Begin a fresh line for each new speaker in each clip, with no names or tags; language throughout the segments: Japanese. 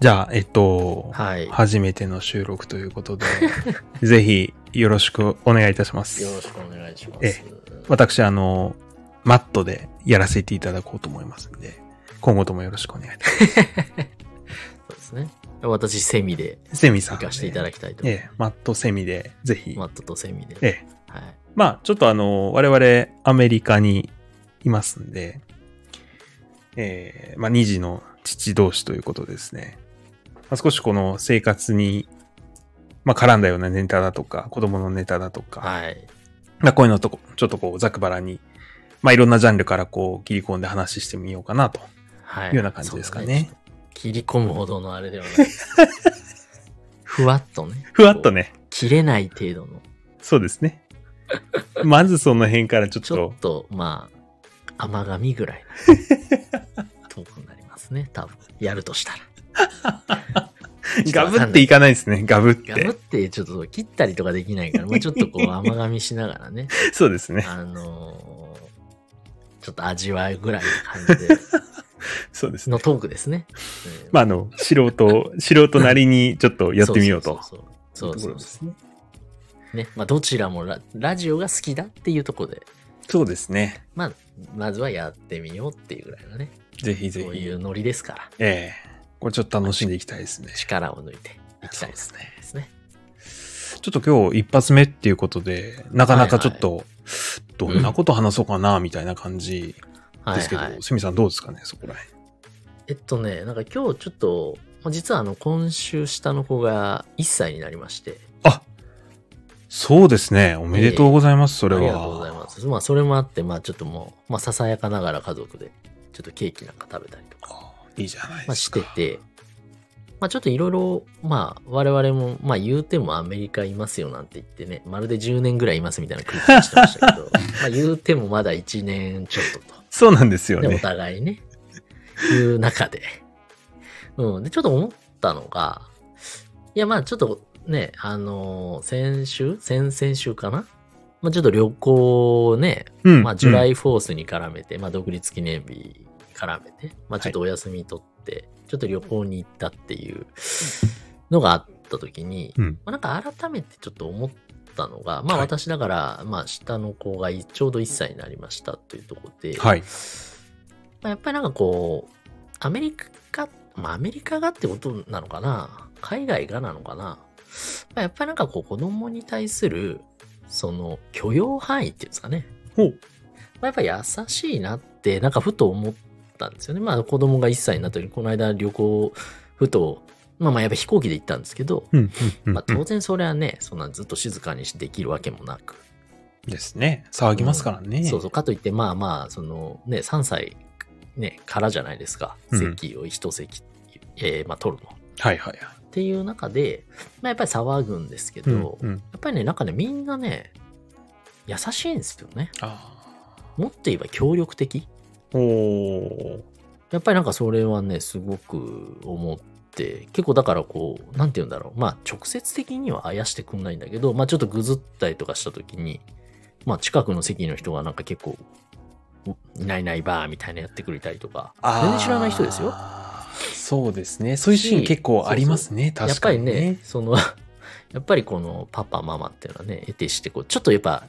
じゃあ、えっと、
はい。よ
初めての収録ということで、 ぜひよろしくお願いいたします。
ろしくお願いしま
え
す。
私、あの、マットでやらせていただこうと思いますんで、今後ともよろしくお願いいたし
そうですね。私、セミで
ます。セミさん、
行かせていただきたいと
え
思いま
え、マットセミで、ぜひ、
す。マットとセミで。
ええ、
はい。
まあ、ちょっとあの、我々、アメリカにいますんで、ええまあ、2児の父同士ということですね。まあ、少しこの生活に、まあ、絡んだようなネタだとか、子供のネタだとか、
はい。
まあ、こういうのとこ、ちょっとこう、ざくばらに、まあ、いろんなジャンルからこう、切り込んで話してみようかなと
はい。
いうような感じですかね
そうだ。ちょっと切り込むほどのあれでは ない。ふわっとね。
ふわっと。ね。
切れない程度の。
そうですね。 まずその辺からちょっ
ちょ
と
っ、と、まあ、甘噛みぐら いなトークになりますね。多分。やるとしたら。っと
ガブっていかないですね。ガブっ。
ガブっててちょっと切ったりとかできないから、まあ、ちょっとこう甘噛みしながらね、
そうですね。
あのーちょっと味わうぐらいの感じで
そうですね。
のトークで すね。うん
まあ、あの、素人、素人なりにちょっとやってみようと。
そうそうそうそう
いとこ
そ
ろ
う
で
そ
すね
う。ね。まあ、どちらもララジオが好きだっていうところで、
そうですね。
まあ、まずはやってみようっていうぐらいのね、
ぜひ
そ
ぜ
う
ひ。
いうノリですから、
ええこれちょっと楽しんでいきたいですね。
力を抜いていきた
そう
い
で
です
ね。
すね。
ちょっと今日一発目っていうことで、なかなかちょっと、どんなこと話そうかな、みたいな感じ
は
で
い
すけど、
はい。
すみさんどうですかね、そこら辺。
えっとね、なんか今日ちょっと、まあ実はあの、今週下の子が1歳になりまして、
あそうですね。おめでとうございます、それは。
ありがとうございます。まあ、それもあって、まあ、ちょっともう、まあ、ささやかながら家族で、ちょっとケーキなんか食べたりとか、
あいいじゃない
ま
で
あ、
す
し
か。
てて、まあ、ちょっといろいろ、まあ、我々も、まあ、言うてもアメリカいますよなんて言ってね、まるで10年ぐらいいますみたいな空気をしてまし たけど、まあ、言うてもまだ1年ちょっとと。
そうなんですよ
で、お
ね。
互いね、いう中で。うん。で、ちょっと思ったのが、いや、まあちょっとね、あのー先週先々週かなまあちょっと旅行をね、
うん
まあジュラ
イ。
イフォースに絡めて、まあ独立記念日絡めて、まあちょっとお休み取って、ちょっと旅行に行ったっていうのがあった時に、
うん。
まあ、なんか改めてちょっと思ったのが、まあ
はい
私だから、まあ下の子がちょうど1歳になりましたというところで、
はい
まあ、やっぱりなんかこう、アメリカ、まあアメリカがってことなのかな海外がなのかな、まあ、やっぱりなんかこう子供に対する、その許容範囲っていうんですかね。
ほう。
まあ、やっぱ優しいなって、なんかふと思ったんですよね。まあ子供が1歳になった時に、この間旅行、ふと、まあまあやっぱ飛行機で行ったんですけど、
うん。うん。
まあ、
うん
当然それはね、そんなずっと静かにできるわけもなく。
ですね。騒ぎますからね。
そうそう。かといって、まあまあ、そのね、3歳、ね、からじゃないですか。
うん
席を一席、えーまあ、取るの。っ
はいはいはい。
ていう中で、まあ、やっぱり騒ぐんですけど、
うん。う
や
ん、
っぱりね、なんかね、みんなね、優しいんですよね。
あ
もっと言えば協力的。
あ。おお。
やっぱりなんかそれはね、すごく思って、結構だからこう、なんて言うんだろう。まあ直接的にはあやしてくんないんだけど、まあちょっとぐずったりとかした時に、まあ近くの席の人がなんか結構、おいないいないばーみたいなやってくれたりとか、
あー
全然知らない人ですよ。。
そうですね。そういうシーン結構ありますね。
やっ
確
ぱ
か
り
に、ね。
ね、その、 やっぱりこのパパママっていうのはね、得てして、こう、ちょっとやっぱ、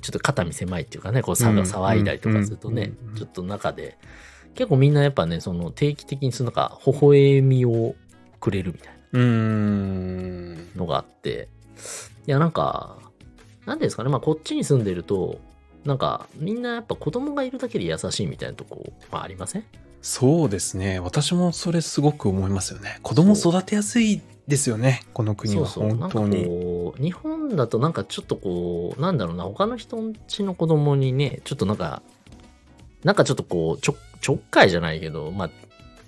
ちょっと肩身狭いっていうかね、こう、差
うん
が騒いだりとかするとね
うんうん、
ちょっと中で、結構みんなやっぱね、その定期的にそのなんか、微笑みをくれるみたいう
ーん。
なのがあって、いや、なんか、なんていうんですかね、まあ、こっちに住んでると、なんか、みんなやっぱ子供がいるだけで優しいみたいなとこ、まあ、ありません
そうですね。私もそれすごく思いますよね。子供
そう
育てやすいですよね。この国は本当
なんか
に。
こう日本だとなんかちょっとこうなんだろうな他の人んちの子供にねちょっとなんかなんかちょっとこうちょちょっかいじゃないけどまあ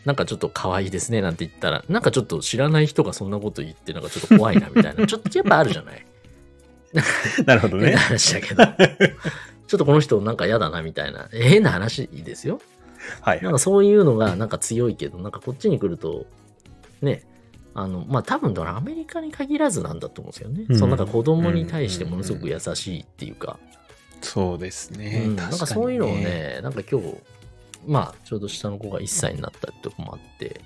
なんかちょっと可愛いですねなんて言ったらなんかちょっと知らない人がそんなこと言ってなんかちょっと怖いなみた いなちょっとやっぱあるじゃない
なるほど
変
ね
な。話だけどちょっとこの人なんか嫌だなみたいな変な話ですよ
はい
なん
はい。
かそういうのがなんか強いけど、なんかこっちに来ると、ね、あの、まあ多分だからアメリカに限らずなんだと思うんですよね。
うん
そのなんか子供に対してものすごく優しいっていうか、
そうですね。
う
確
んな
か
ん
に
かそういうのを。ね、なんか今日、まあちょうど下の子が1歳になったってとこもあって、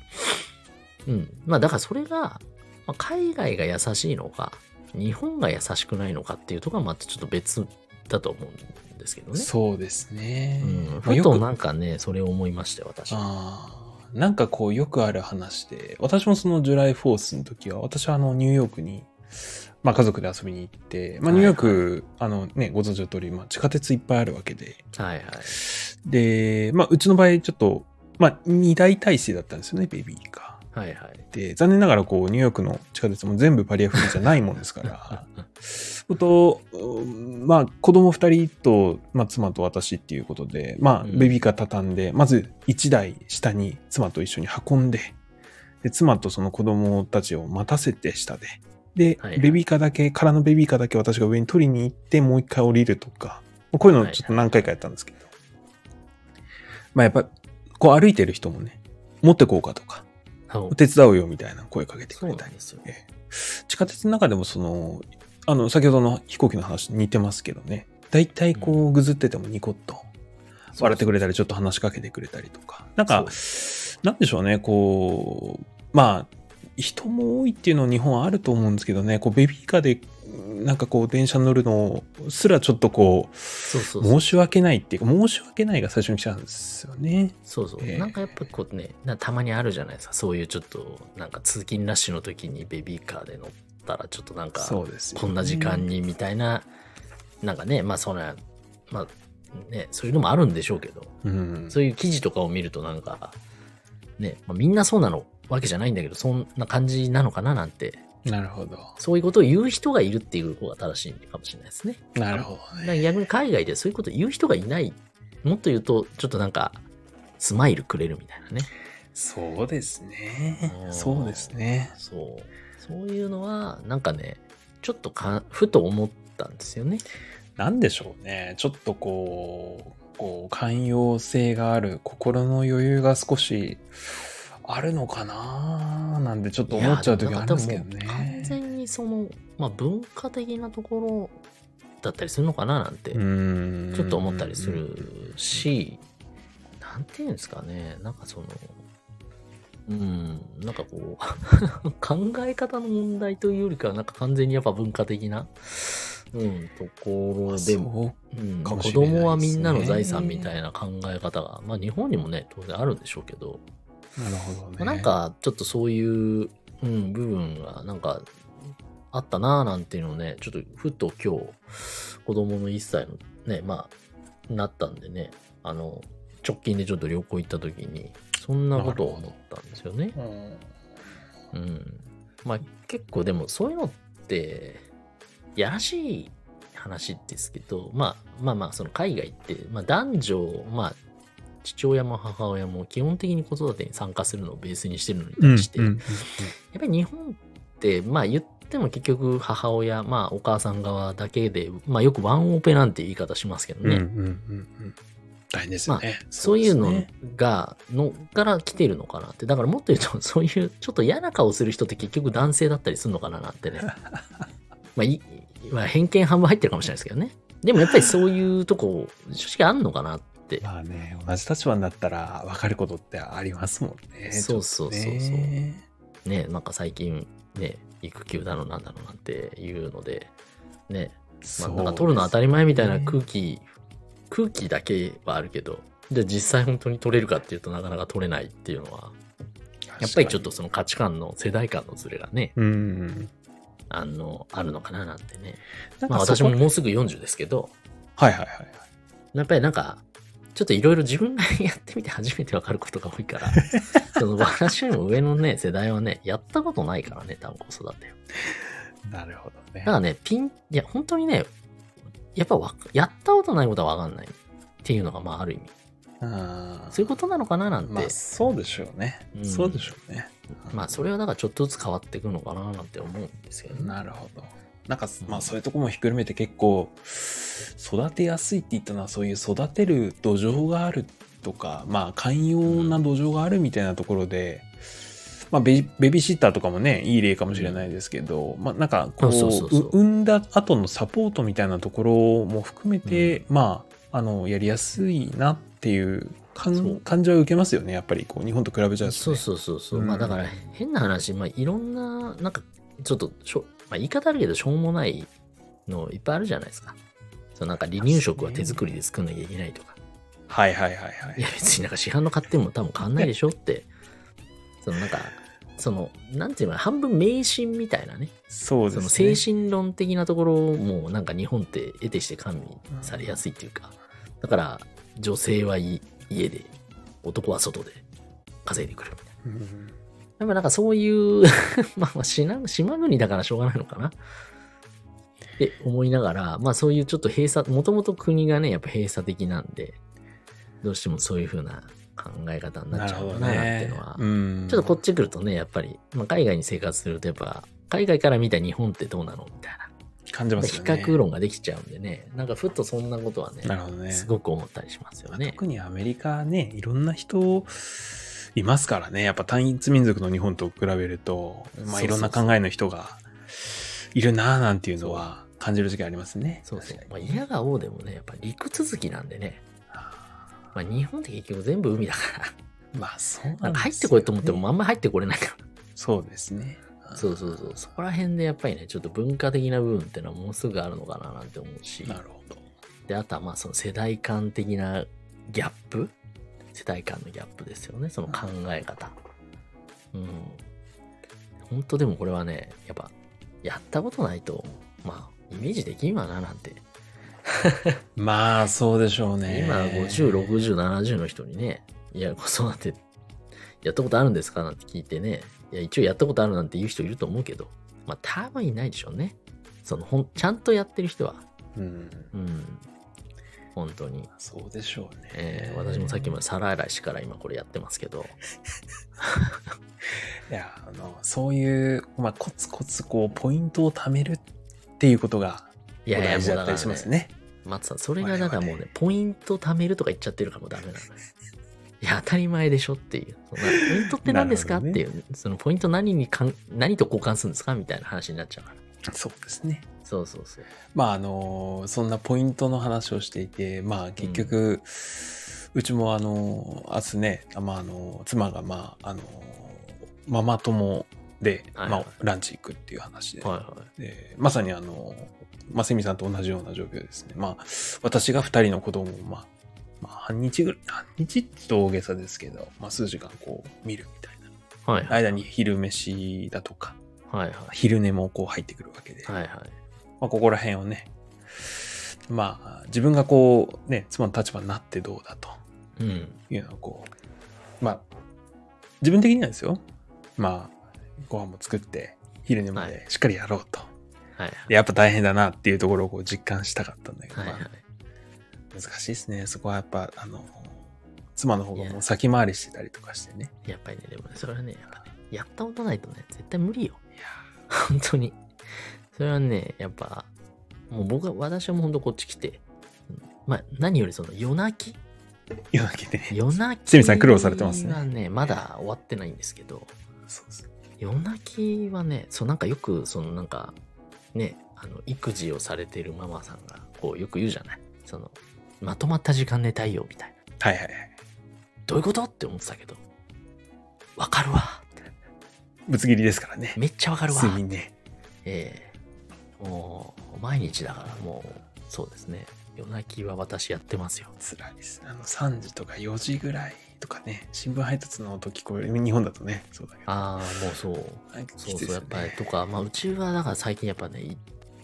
うん。まあだからそれが、まあ、海外が優しいのか、日本が優しくないのかっていうところはまたちょっと別だと思うんですけどね。
そうですね。
うん、
まあ
ふ
よ
と
く
なんかね、それを思いましたよ、私。
あーなんかこうよくある話で、私もそのジュライフォースの時は、私はあのニューヨークに、まあ家族で遊びに行って、まあニューヨーク、あのね、ご存知の通り、まあ地下鉄いっぱいあるわけで、
はいはい。
で、まあうちの場合ちょっと、まあ二大体制だったんですよね、ベビーカ
はいはい。
ー。で、残念ながらこうニューヨークの地下鉄も全部パリアフリーじゃないもんです から、そうと、うんまあ子供二人と、まあ妻と私っていうことで、まあ
うん
ベビーカー畳んで、まず一台下に妻と一緒に運んで、で、妻とその子供たちを待たせて下で、で、
はいはい
ベビーカーだけ、空のベビーカーだけ私が上に取りに行って、もう一回降りるとか、こういうのをちょっと何回かやったんですけど、まあやっぱ、こう歩いてる人もね、持ってこうかとか、
そう
手伝うよみたいな声かけてく
そう
れ
な
た
ん
り
ですよ。
ええ地下鉄の中でもその、あの、先ほどの飛行機の話に似てますけどね。だいたいこう、ぐずっててもニコッと笑ってくれたり、ちょっと話しかけてくれたりとか。なんか、なんでしょうね、こう、まあ、人も多いっていうのは日本はあると思うんですけどね、こう、ベビーカーで、なんかこう、電車に乗るのすらちょっとこう、
そうそうそ
申
う。
し訳ないっていうか、申し訳ないが最初に来ちゃうんですよね。
そうそう。
ええ
なんかやっぱこうね、なたまにあるじゃないですか。そういうちょっと、なんか通勤ラッシュの時にベビーカーで乗ったら、ちょっとなんか、
そうですよね
こんな時間にみたいな、なんかね、まあそんな、まあね、そういうのもあるんでしょうけど、
うん。
そういう記事とかを見るとなんか、ね、まあ、みんなそうなのわけじゃないんだけど、そんな感じなのかななんて、
なるほど。
そういうことを言う人がいるっていう方が正しいかもしれないですね。
なるほど
だか
ね。
ら逆に海外でそういうこと言う人がいない、もっと言うと、ちょっとなんか、スマイルくれるみたいなね。
そうですね
う。ん
そうですね。
そう。そういうのは、なんかね、ちょっとか、ふと思ったんですよね。
なんでしょうね。ちょっとこう、こう寛容性がある、心の余裕が少しあるのかななんてちょっと思っちゃう時
いや
あ
だ
り
から
ますけど
多分もう完
ね。
全にその、まあ文化的なところだったりするのかななんて、
うん
ちょっと思ったりするし、なんていうんですかね、なんかその、うん、なんかこう、 考え方の問題というよりかは、なんか完全にやっぱ文化的な、うん、ところでも、
そう
うん、
かも
子
しれないですね
供はみんなの財産みたいな考え方が、まあ日本にもね、当然あるんでしょうけど、
なるほど
まあ
ね。
なんかちょっとそういう、うん、部分がなんかあったなぁなんていうのをね、ちょっとふと今日、子供の1歳のね、まあ、なったんでね、あの、直近でちょっと旅行行った時に、そんなことを思ったんですよね。
うん、
うん。まあ結構でもそういうのって、やらしい話ですけど、まあまあまあその海外って、まあ男女、まあ父親も母親も基本的に子育てに参加するのをベースにしてるのに
うん、
対して、
うんう
や
ん
っぱり日本って、まあ言っても結局母親、まあお母さん側だけで、まあよくワンオペなんて言い方しますけど
うんうん
ね。
うんうん大変ですよね。
そういう
です
の
ね
が、のから来てるのかなって。だからもっと言うと、そういうちょっと嫌な顔する人って結局男性だったりするのかななん てね。まあ、いまあ、偏見半分入ってるかもしれないですけどね。でもやっぱりそういうとこ、正直あんのかなって。
まあね、同じ立場になったら分かることってありますもんね。
そうそうそうそう
ちょっとね
ね、なんか最近、ね、育休だのなんだのなんていうので、ね、まあ、なんか取るの当たり前みたいな空気、空気だけはあるけど、じゃあ実際本当に取れるかっていうとなかなか取れないっていうのはやっぱりちょっとその価値観の世代間のズレがね、
うん。
あの、あるのかななんてね。
なん
まあ
かそ
私
こ
ももうすぐ40ですけど、
はいはいはい。
やっぱりなんか、ちょっといろいろ自分がやってみて初めてわかることが多 いから、その私よりも上のね、世代はね、やったことないからね、多分子育てを。
なるほどね
だからね、ピン、いや、本当にね、やっぱわかやったことないことはわかんないっていうのが、まあある意味、
うん
そういうことなのかななんて、
まあそうでしょうね。
うん
そうでしょうね。
まあそれはだからちょっとずつ変わっていくのかななんて思うんですけどね。
なるほど。なんかまあそういうとこもひっくるめて結構育てやすいって言ったのはそういう育てる土壌があるとかまあ寛容な土壌があるみたいなところで、まあ、ベベビーシッターとかもねいい例かもしれないですけど、まあなんかこう
あそうそうそう
う産んだ後のサポートみたいなところも含めて、まああのやりやすいなっていう
そう
感感情は受けますよね、やっぱりこう日本と比べちゃうと、ね。
そうそうそうそう、
うん
まあだから変な話、まあ、いろんななんかちょっとしょ、まあ、言い方あるけどしょうもないのいっぱいあるじゃないですかそうなんか離乳食は手作りで作んなきゃいけないとか
はいはいはいはいい
や。別になんか市販の買っても多分変わんないでしょって そのなんかそのなんていうのかな半分迷信みたいなね
そう
そ
で
の
す
精
ね。
神論的なところもなんか日本って得てして加味されやすいっていうか、だから女性はい家で、男は外で稼いでくるみたいな。
うん
やっぱなんかそういう、 まあまあ島島国だからしょうがないのかなって思いながら、まあそういうちょっと閉鎖、もともと国がね、やっぱ閉鎖的なんで、どうしてもそういうふうな考え方にな
な
っち
る
ゃ
ほ
う
ど
かなってい
ね
うのは。。
うん
ちょっとこっち来るとね、やっぱり、まあ、海外に生活すると、やっぱ、海外から見た日本ってどうなのみたいな。
感じます
比
よね。
較論ができちゃうんでね、なんかふっとそんなことはね、
なるほどね。
すごく思ったりしますよね。
特にアメリカはね、いろんな人いますからね、やっぱ単一民族の日本と比べると、ま
そうそう
あ、
そう
いろんな考えの人がいるなぁなんていうのは感じる時期ありますね。
そうそう
確。
ま
か
あ、
に
嫌が王でもね、やっぱ陸続きなんでね、
あ
まあ、日本って結局全部海だから、
ーまあ、そう
な
なんん
か
ですよね
入ってこいと思っても、あんまり入ってこれないか
そうですね。
ら。そうそうそう。そこら辺でやっぱりね、ちょっと文化的な部分ってのはもうすぐあるのかななんて思うし。
なるほど。
で、あとはまあその世代間的なギャップ世代間のギャップですよね、その考え方。うん。本当でもこれはね、やっぱ、やったことないと、まあ、イメージできんわな、なんて。
まあ、そうでしょうね。
今、50、60、70の人にね、いや、子育て、やったことあるんですかなんて聞いてね、いや、一応やったことあるなんて言う人いると思うけど、まあ、多分いないでしょうね。その、ほん、ちゃんとやってる人は。
うん。
うん。本当に。
そうでしょうね。
えー私もさっきまで皿洗いしから今これやってますけど、
いや、あの、そういう、まあ、コツコツ、こう、ポイントを貯めるっていうことが、
いやいや、
大
もう
事だ
だ
った
から
りします
ね、
ね。
松さん、それがだからもう
我々
ね、ポイント貯めるとか言っちゃってるからもうダメなのよ。いや、当たり前でしょっていう。そんなポイントって何ですか、
なる
っ
ほ
て
ど
い
ね
う、そのポイント何にかん、何と交換するんですかみたいな話になっちゃうから。
そうですね。
そうそうそう。
まああのそんなポイントの話をしていてまあ結局、うちもあの明日ね、まあ、あの妻がまああのママ友で、
はい
ま
はい
あ、ランチ行くっていう話で,、
はいはい。
でまさにあのまさみさんと同じような状況ですねまあ私が2人の子供をまあまあ半日ぐらい半日って大げさですけど、まあ、数時間こう見るみたいな
はいはい。
間に昼飯だとか
はいはい。
昼寝もこう入ってくるわけで、
はいはい。
まあ、ここら辺をね、まあ、自分がこう、ね、妻の立場になってどうだと
うん。
いうのをこう、まあ、自分的にはですよ、まあ、ご飯も作って、昼寝ま
は
でしっかりやろうと。
はいはい。
でやっぱ大変だなっていうところをこう実感したかったんだけど、
はいはい
ま。あ難しいですね。そこはやっぱ、あの、妻の方がもう先回りしてたりとかしてね。
やっぱりね、でもね、それはね、やっぱね、やったことないとね、絶対無理よ。
いや
本当に。それはね、やっぱ、もう僕は、私はもう本当こっち来て、うんまあ、何よりその夜泣き
ー、夜泣きでね。
夜泣き。
セミさん苦労されてますね
はね、まだ終わってないんですけど、
そうです
夜泣きはね、そうなんかよく、そのなんか、ね、あの、育児をされてるママさんが、こうよく言うじゃない。その、まとまった時間寝たいよ、みたいな。
はいはいはい。
どういうことって思ってたけど、わかるわ。
ぶつ切りですからね。
めっちゃわかるわ。
睡眠ね。
ええもう、毎日だから、もう、そうですね。夜泣きは私やってますよ。
辛いですあの3時とか4時ぐらいとかね新聞配達の音聞こえる日本だとねそうだけど
ああ、もうそう。
なんかき
そう
つい
そ
で
う、
す
や
よ
っ
ね
ぱり、とか、まあ、うちは、だから最近やっぱね、い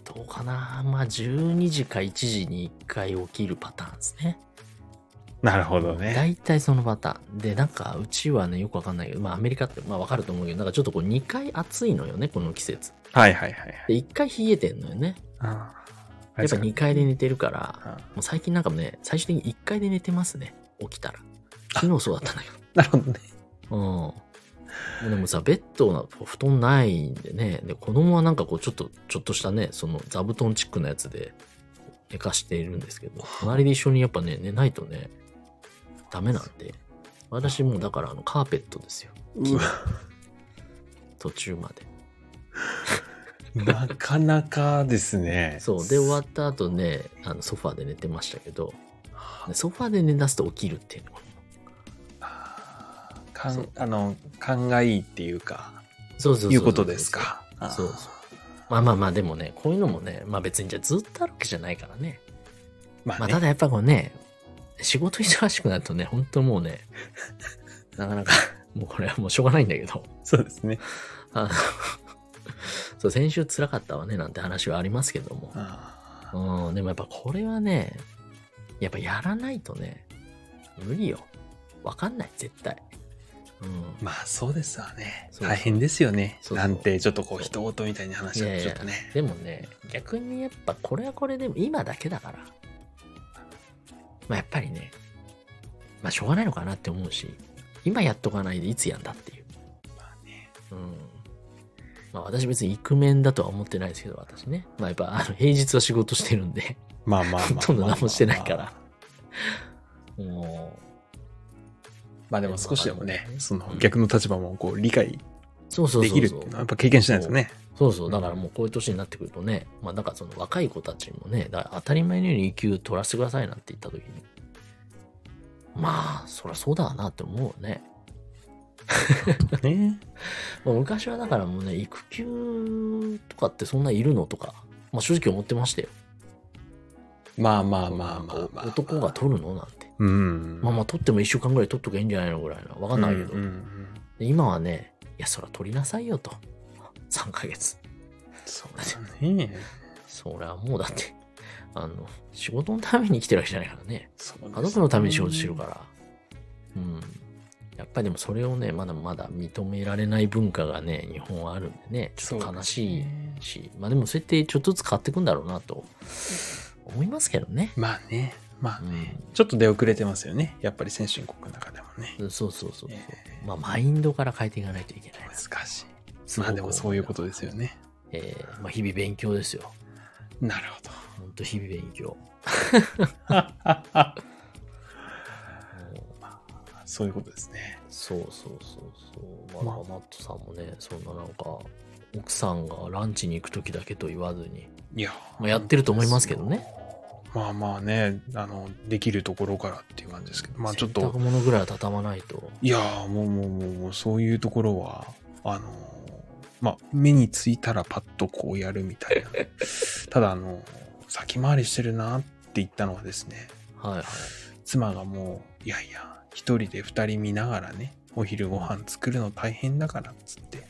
どうかな。まあ、12時か1時に1回起きるパターンですね。
なるほどね
大体そのパターン。で、なんか、うちはね、よくわかんないけど、まあ、アメリカって、まあ、わかると思うけど、なんかちょっとこう、2回暑いのよね、この季節。
はいはいはいはい
で、1回冷えてんのよね。
ああ
やっぱ2階で寝てるから、
あ
もう最近なんかね、最終的に1階で寝てますね。起きたら。昨日そうだったんだけ
なるほ どね
ど。うん。もうでもさ、ベッドな、布団ないんでね。で、子供はなんかこう、ちょっと、ちょっとしたね、その座布団チックなやつで寝かしているんですけど、隣で一緒にやっぱね、寝ないとね、ダメなんで。私もうだからあの、カーペットですよ。
うわ
途中まで。
なかなかですね
そう。で、終わった後ね、あの、ソファーで寝てましたけど、
は
でソファーで寝出すと起きるっていうの。
か
そ
ん
う
あの勘がいいっていうか
そうそうそうそう。
いうことですか
そうそう
あー
まあまあまあ、でもね、こういうのもね、まあ別にじゃあずっとあるわけじゃないからね。
まあ、ね
まあただやっぱこうね、仕事忙しくなるとね、本当もうね、なかなか、もうこれはもうしょうがないんだけど、
そうですね
あの そう、先週辛かったわね、なんて話はありますけども。
あ
うん、でもやっぱこれはね、やっぱやらないとね、無理よ。わかんない、絶対。うん
ー。まあそうですわね
そうそう
大変ですよね
そうそう
なんてちょっとこう人事みたいな話
い
は
やい
ちょ
や
っとね
でもね、逆にやっぱこれはこれでも今だけだから。まあやっぱりね、まあしょうがないのかなって思うし、今やっとかないでいつやんだっていう。
まあね
うん。まあ私別にイクメンだとは思ってないですけど、私ね。まあやっぱあの平日は仕事してるん で、
まあまあまあまあまあ
ほとんど何もしてないから
まあ
もう、
まあでも少しでもね
うん
その逆の立場もこう理解
そうそうそうそ
でき
う。
るっていうのはやっぱ経験しないとね
そうそう、だからもうこういう年になってくるとね、まあなんかその若い子たちもね、だ当たり前のように育休取らせてくださいなんて言った時に、まあ、そりゃそうだわなって思うね。
ね
もう昔はだからもうね、育休とかってそんないるのとか、まあ正直思ってましたよ。
まあまあまあまあまあまあ
男が取るのなんて。
うん
まあまあ取っても1週間ぐらい取っとけばいいんじゃないのぐらいな。わかんないけど。
うんうんうん
で今はね、いや、そりゃ取りなさいよと。3ヶ月。
そうだね
そりゃもうだって、あの、仕事のために生きてるわけじゃないからね。
そうですね
家族のために仕事してるから。うん。やっぱりでもそれをね、まだまだ認められない文化がね、日本はあるんでね、ちょっと悲しいし、まあでもそうやってちょっとずつ変わっていくんだろうなと思いますけどね。
まあね、まあね、
う
ちょっと出遅れてますよね。やっぱり先進国の中でもね。
そうそうそうそう。
え
まあマインドから変えていかないといけないです。
ー難しい。まあでもそういうことですよね。
えーまあ日々勉強ですよ。
なるほど。
ほんと日々勉強。もう
そういうことですね。
そうそうそうそう。まあ、マットさんもね、そんななんか、奥さんがランチに行く時だけと言わずに、
いや、
まあ、やってると思いますけどね。
まあまあね、あの、できるところからっていう感じですけど、まあちょっ
洗濯
と、
物ぐらいは畳まないと。
いやー、もうもうもうもう、そういうところは、あのー、まあ、目についたらパッとこうやるみた いな。ただ、あのー、先回りしてるなって言ったのはですね、
はいはい。
妻がもう、いやいや、一人で二人見ながらね、お昼ご飯作るの大変だからっつって、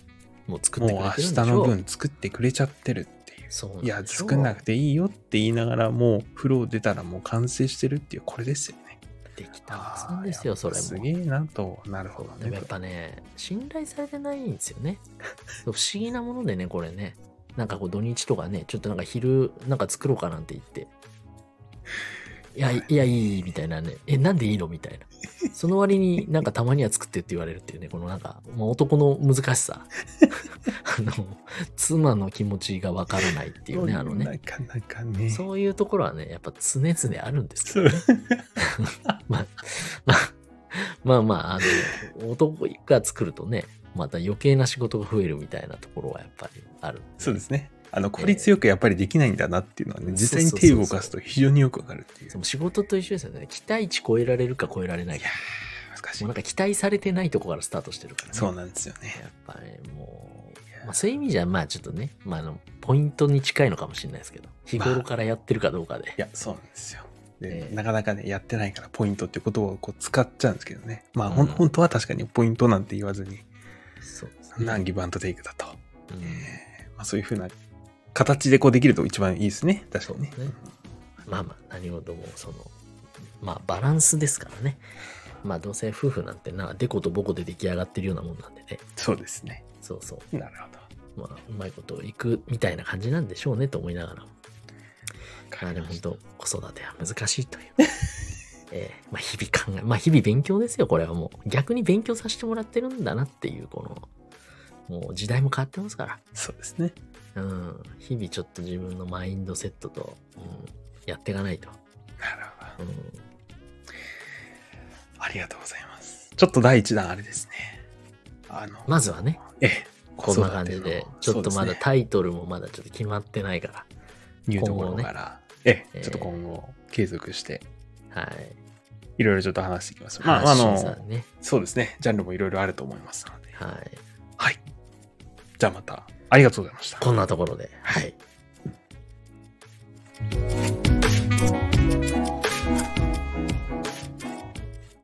もう作
も
っ
う
て
明
くれてる
日
んでし
の
ょ
分作ってくれちゃってるっていう。
そうなん
い
でしょ
や、作んなくていいよって言いながら、もう風呂出たらもう完成してるっていう、これですよね。
できたはずなんですよ、
あー
そ
や
れ
っぱ
も。
すげえなと、なるほど
でもや
ね
っ。ぱね、信頼されてないんですよね。 そう不思議なものでね、これね。なんかこう土日とかね、ちょっとなんか昼、なんか作ろうかなんて言って。いや、いや、いい、みたいなね。え、なんでいいのみたいな。その割になんかたまには作ってって言われるっていうね、このなんか、まあ、男の難しさ。 あの、妻の気持ちがわからないっていうね、あのね。
なかなかね。
そういうところはね、やっぱ常々あるんですけど
そう。
まあ、まあ、まあまあ、あの、男が作るとね、 また余計な仕事が増えるみたいなところはやっぱりある。
そうですね。あの、効率よくやっぱりできないんだなっていうのはね、
えー
実際に手を動かすと非常によくわかるっていう。
その仕事と一緒ですよね。期待値超えられるか超えられない
い
か
や。ー、難し
もうなん
い。
か期待されてないとこからスタートしてるから、ね。
そうなんですよね。
やっぱね、もう、まあ、そういう意味じゃ、まあちょっとね、まああの、ポイントに近いのかもしれないですけど、日頃からやってるかどうかで。
いや、そうなんですよ。で
え、え
なかなかね、やってないからポイントっていう言葉をこう使っちゃうんですけどね。まあ、ほん、
うん
本当は確かにポイントなんて言わずに、
そうですね。
何ギブアンドテイクだと。
うん
ええまあ、そういうふうな形でこうできると一番いいですね。確かにね。
そうですねまあまあ何事もそのまあバランスですからねまあどうせ夫婦なんてなデコとボコで出来上がってるようなもんなんでね
そうですね。
そうそう
なるほど。
まあうまいこといくみたいな感じなんでしょうねと思いながらまあ
わかり
でも
ま
本
した
当子育ては難しいという ええまあ日々考えまあ日々勉強ですよこれはもう逆に勉強させてもらってるんだなっていうこのもう時代も変わってますから
そうですね。
うん日々ちょっと自分のマインドセットと、うん、やっていかないと、
なるほ
うん、
ど。ありがとうございます。ちょっと第一弾あれですね。あの、
まずはね
ええ、
こんな感じで、ちょっとまだ
た
タイトルもまだちょっと決まってないから。
いうところから、ええ、ちょっと今後継続して
はい。
いいろいろちょっと話していきます。ま
ま
あ、あ
あ、
の
さ、んね。
そうですね。ジャンルもいろいろあると思いますので。
はい。
はい。じゃあまた、ありがとうございました。
こんなところで。はい。